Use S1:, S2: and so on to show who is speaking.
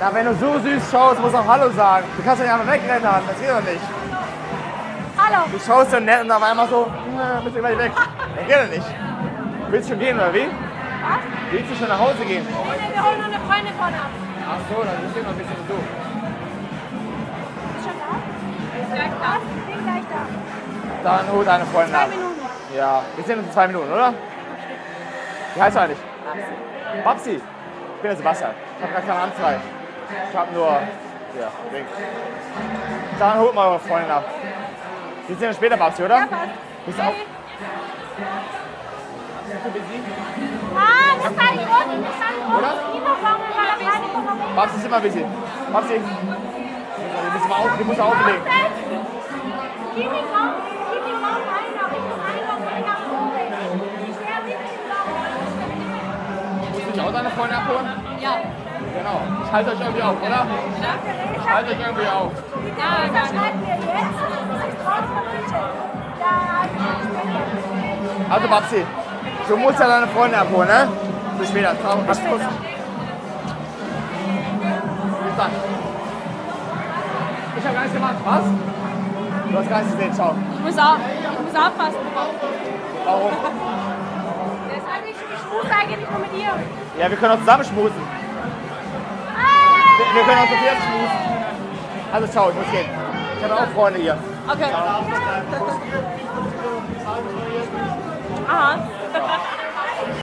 S1: Na, wenn du so süß schaust, musst du auch Hallo sagen. Du kannst doch nicht einfach wegrennen, das geht doch nicht.
S2: Hallo.
S1: Du schaust so nett und da war einmal so, "Nö, bist du gleich weg. Das geht doch nicht. Willst du schon gehen, oder wie?
S2: Was?
S1: Willst du schon nach Hause gehen?
S2: Nee, nee, wir holen noch eine Freundin vorne ab.
S1: Ach so, dann ist noch ein bisschen so.
S2: Ist schon da? Gleich da. Bin gleich da.
S1: Dann hol deine Freundin
S2: Zwei
S1: ab.
S2: Minuten.
S1: Ja, wir sehen uns in zwei Minuten, oder? Wie heißt du eigentlich? Babsi. Ich bin der Sebastian. Ich habe gar keine Anzeige. Ich habe nur. Ja, Ding. Dann holt mal eure Freundin ab. Wir sehen uns später, Babsi, oder?
S2: Ja, passt.
S1: Bist du auch-
S2: Hey. Ah, das ist ein Grund. Das ist ein Grund.
S1: Oder?
S2: Die Überwachung war keine Überwachung.
S1: Babsi ist immer busy. Babsi. Die muss mal auf, die muss auflegen.
S2: Gib mir Raum. Gib mir Raum. Einer. Ich muss einfach mal nach oben. Ich werde mit dem Raum.
S1: Musst du dich auch deine Freundin abholen?
S3: Ja.
S1: Genau. Ich halte euch irgendwie auf, oder? Ich halte euch irgendwie auf.
S3: Nein,
S2: Das schreiben wir jetzt. Das ist Traumvermögen. Da ich bin
S1: Also Babsi, du musst ja deine Freunde abholen, ne? Bis später. Ciao. Bis Kuss. Bis dann. Ich hab gar nichts gemacht. Was? Du hast gar nichts gesehen. Ciao.
S3: Ich muss, ab, ich muss abpassen.
S1: Warum?
S2: Deshalb ich, ich muss eigentlich nur mit ihr.
S1: Ja, wir können auch zusammen schmusen. Wir, wir können auch zu viert schmusen. Also ciao, ich muss gehen. Ich habe auch Freunde hier.
S3: Okay. Aha.